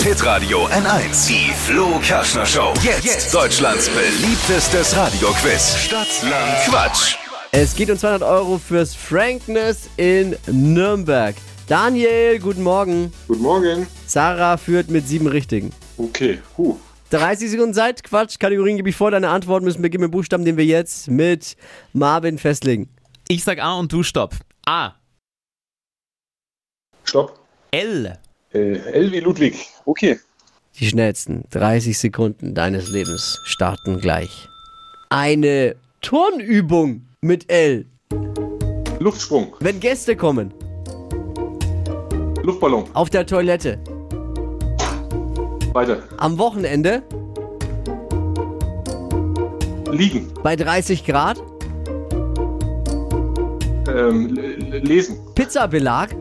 Hitradio N1. Die Flo Kaschner Show. Jetzt, Deutschlands beliebtestes Radioquiz. Stadt, Land, Quatsch. Es geht um 200 Euro fürs Frankness in Nürnberg. Daniel, guten Morgen. Guten Morgen. Sarah führt mit sieben Richtigen. Okay, huh. 30 Sekunden Zeit, Quatsch, Kategorien gebe ich vor, deine Antworten müssen beginnen mit Buchstaben, den wir jetzt mit Marvin festlegen. Ich sag A und du stopp. A. Stopp. L. Äh, L wie Ludwig. Okay. Die schnellsten 30 Sekunden deines Lebens starten gleich. Eine Turnübung mit L, Luftsprung. wenn Gäste kommen, Luftballon. auf der Toilette, Weiter. am Wochenende, Liegen. bei 30 Grad, Ähm, l- l- lesen. Pizzabelag,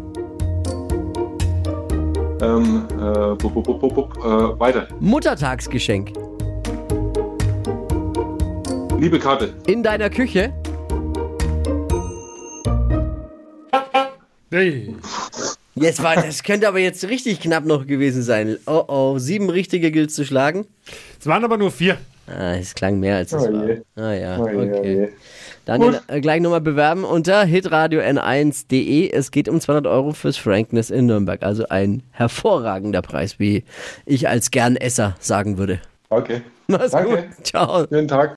Ähm, äh, bup, bup, bup, bup, bup. Äh, weiter. Muttertagsgeschenk, Liebe Karte. in deiner Küche, Hey. Jetzt war, das könnte aber jetzt richtig knapp noch gewesen sein. Oh oh, sieben richtige gilt zu schlagen. Es waren aber nur vier. Ah, es klang mehr als es Oh war. je. Ah ja, Oh je, oh okay. je. Daniel, Gut. äh, gleich nochmal bewerben unter hitradio n1.de. Es geht um 200 Euro fürs Frankness in Nürnberg. Also ein hervorragender Preis, wie ich als gern Esser sagen würde. Okay. Mach's Danke. gut. Ciao. Schönen Tag.